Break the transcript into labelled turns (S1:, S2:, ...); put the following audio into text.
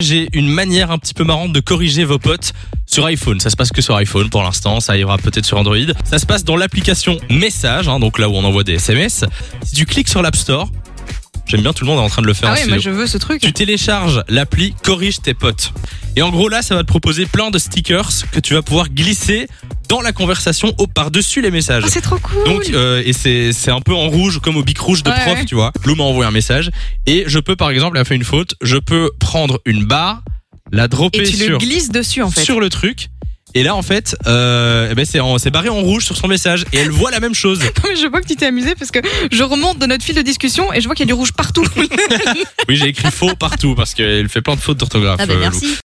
S1: J'ai une manière un petit peu marrante de corriger vos potes sur iPhone. Ça se passe que sur iPhone pour l'instant, ça ira peut-être sur Android. Ça se passe dans l'application Message, hein, donc là où on envoie des SMS. Si tu cliques sur l'App Store, j'aime bien tout le monde est en train de le faire.
S2: Ah
S1: en
S2: ouais,
S1: studio.
S2: moi je veux ce truc.
S1: Tu télécharges l'appli Corrige tes potes. Et en gros là, ça va te proposer plein de stickers que tu vas pouvoir glisser dans la conversation au par-dessus les messages.
S2: Ah, c'est trop cool.
S1: Donc euh, et c'est c'est un peu en rouge comme au bic rouge de
S2: Ouais,
S1: prof,
S2: ouais.
S1: tu vois. Lou m'a envoyé un message et je peux par exemple, elle a fait une faute, je peux prendre une barre, la
S2: et
S1: dropper
S2: tu le
S1: sur
S2: glisses dessus en fait.
S1: sur le truc et là en fait, euh, eh ben c'est en- c'est barré en rouge sur son message et elle voit la même chose.
S2: Non, mais je vois que tu t'es amusé parce que je remonte dans notre fil de discussion et je vois qu'il y a du rouge partout.
S1: Oui, j'ai écrit faux partout parce qu'elle fait plein de fautes d'orthographe.
S3: Ah ben
S1: euh, Lou.
S3: merci.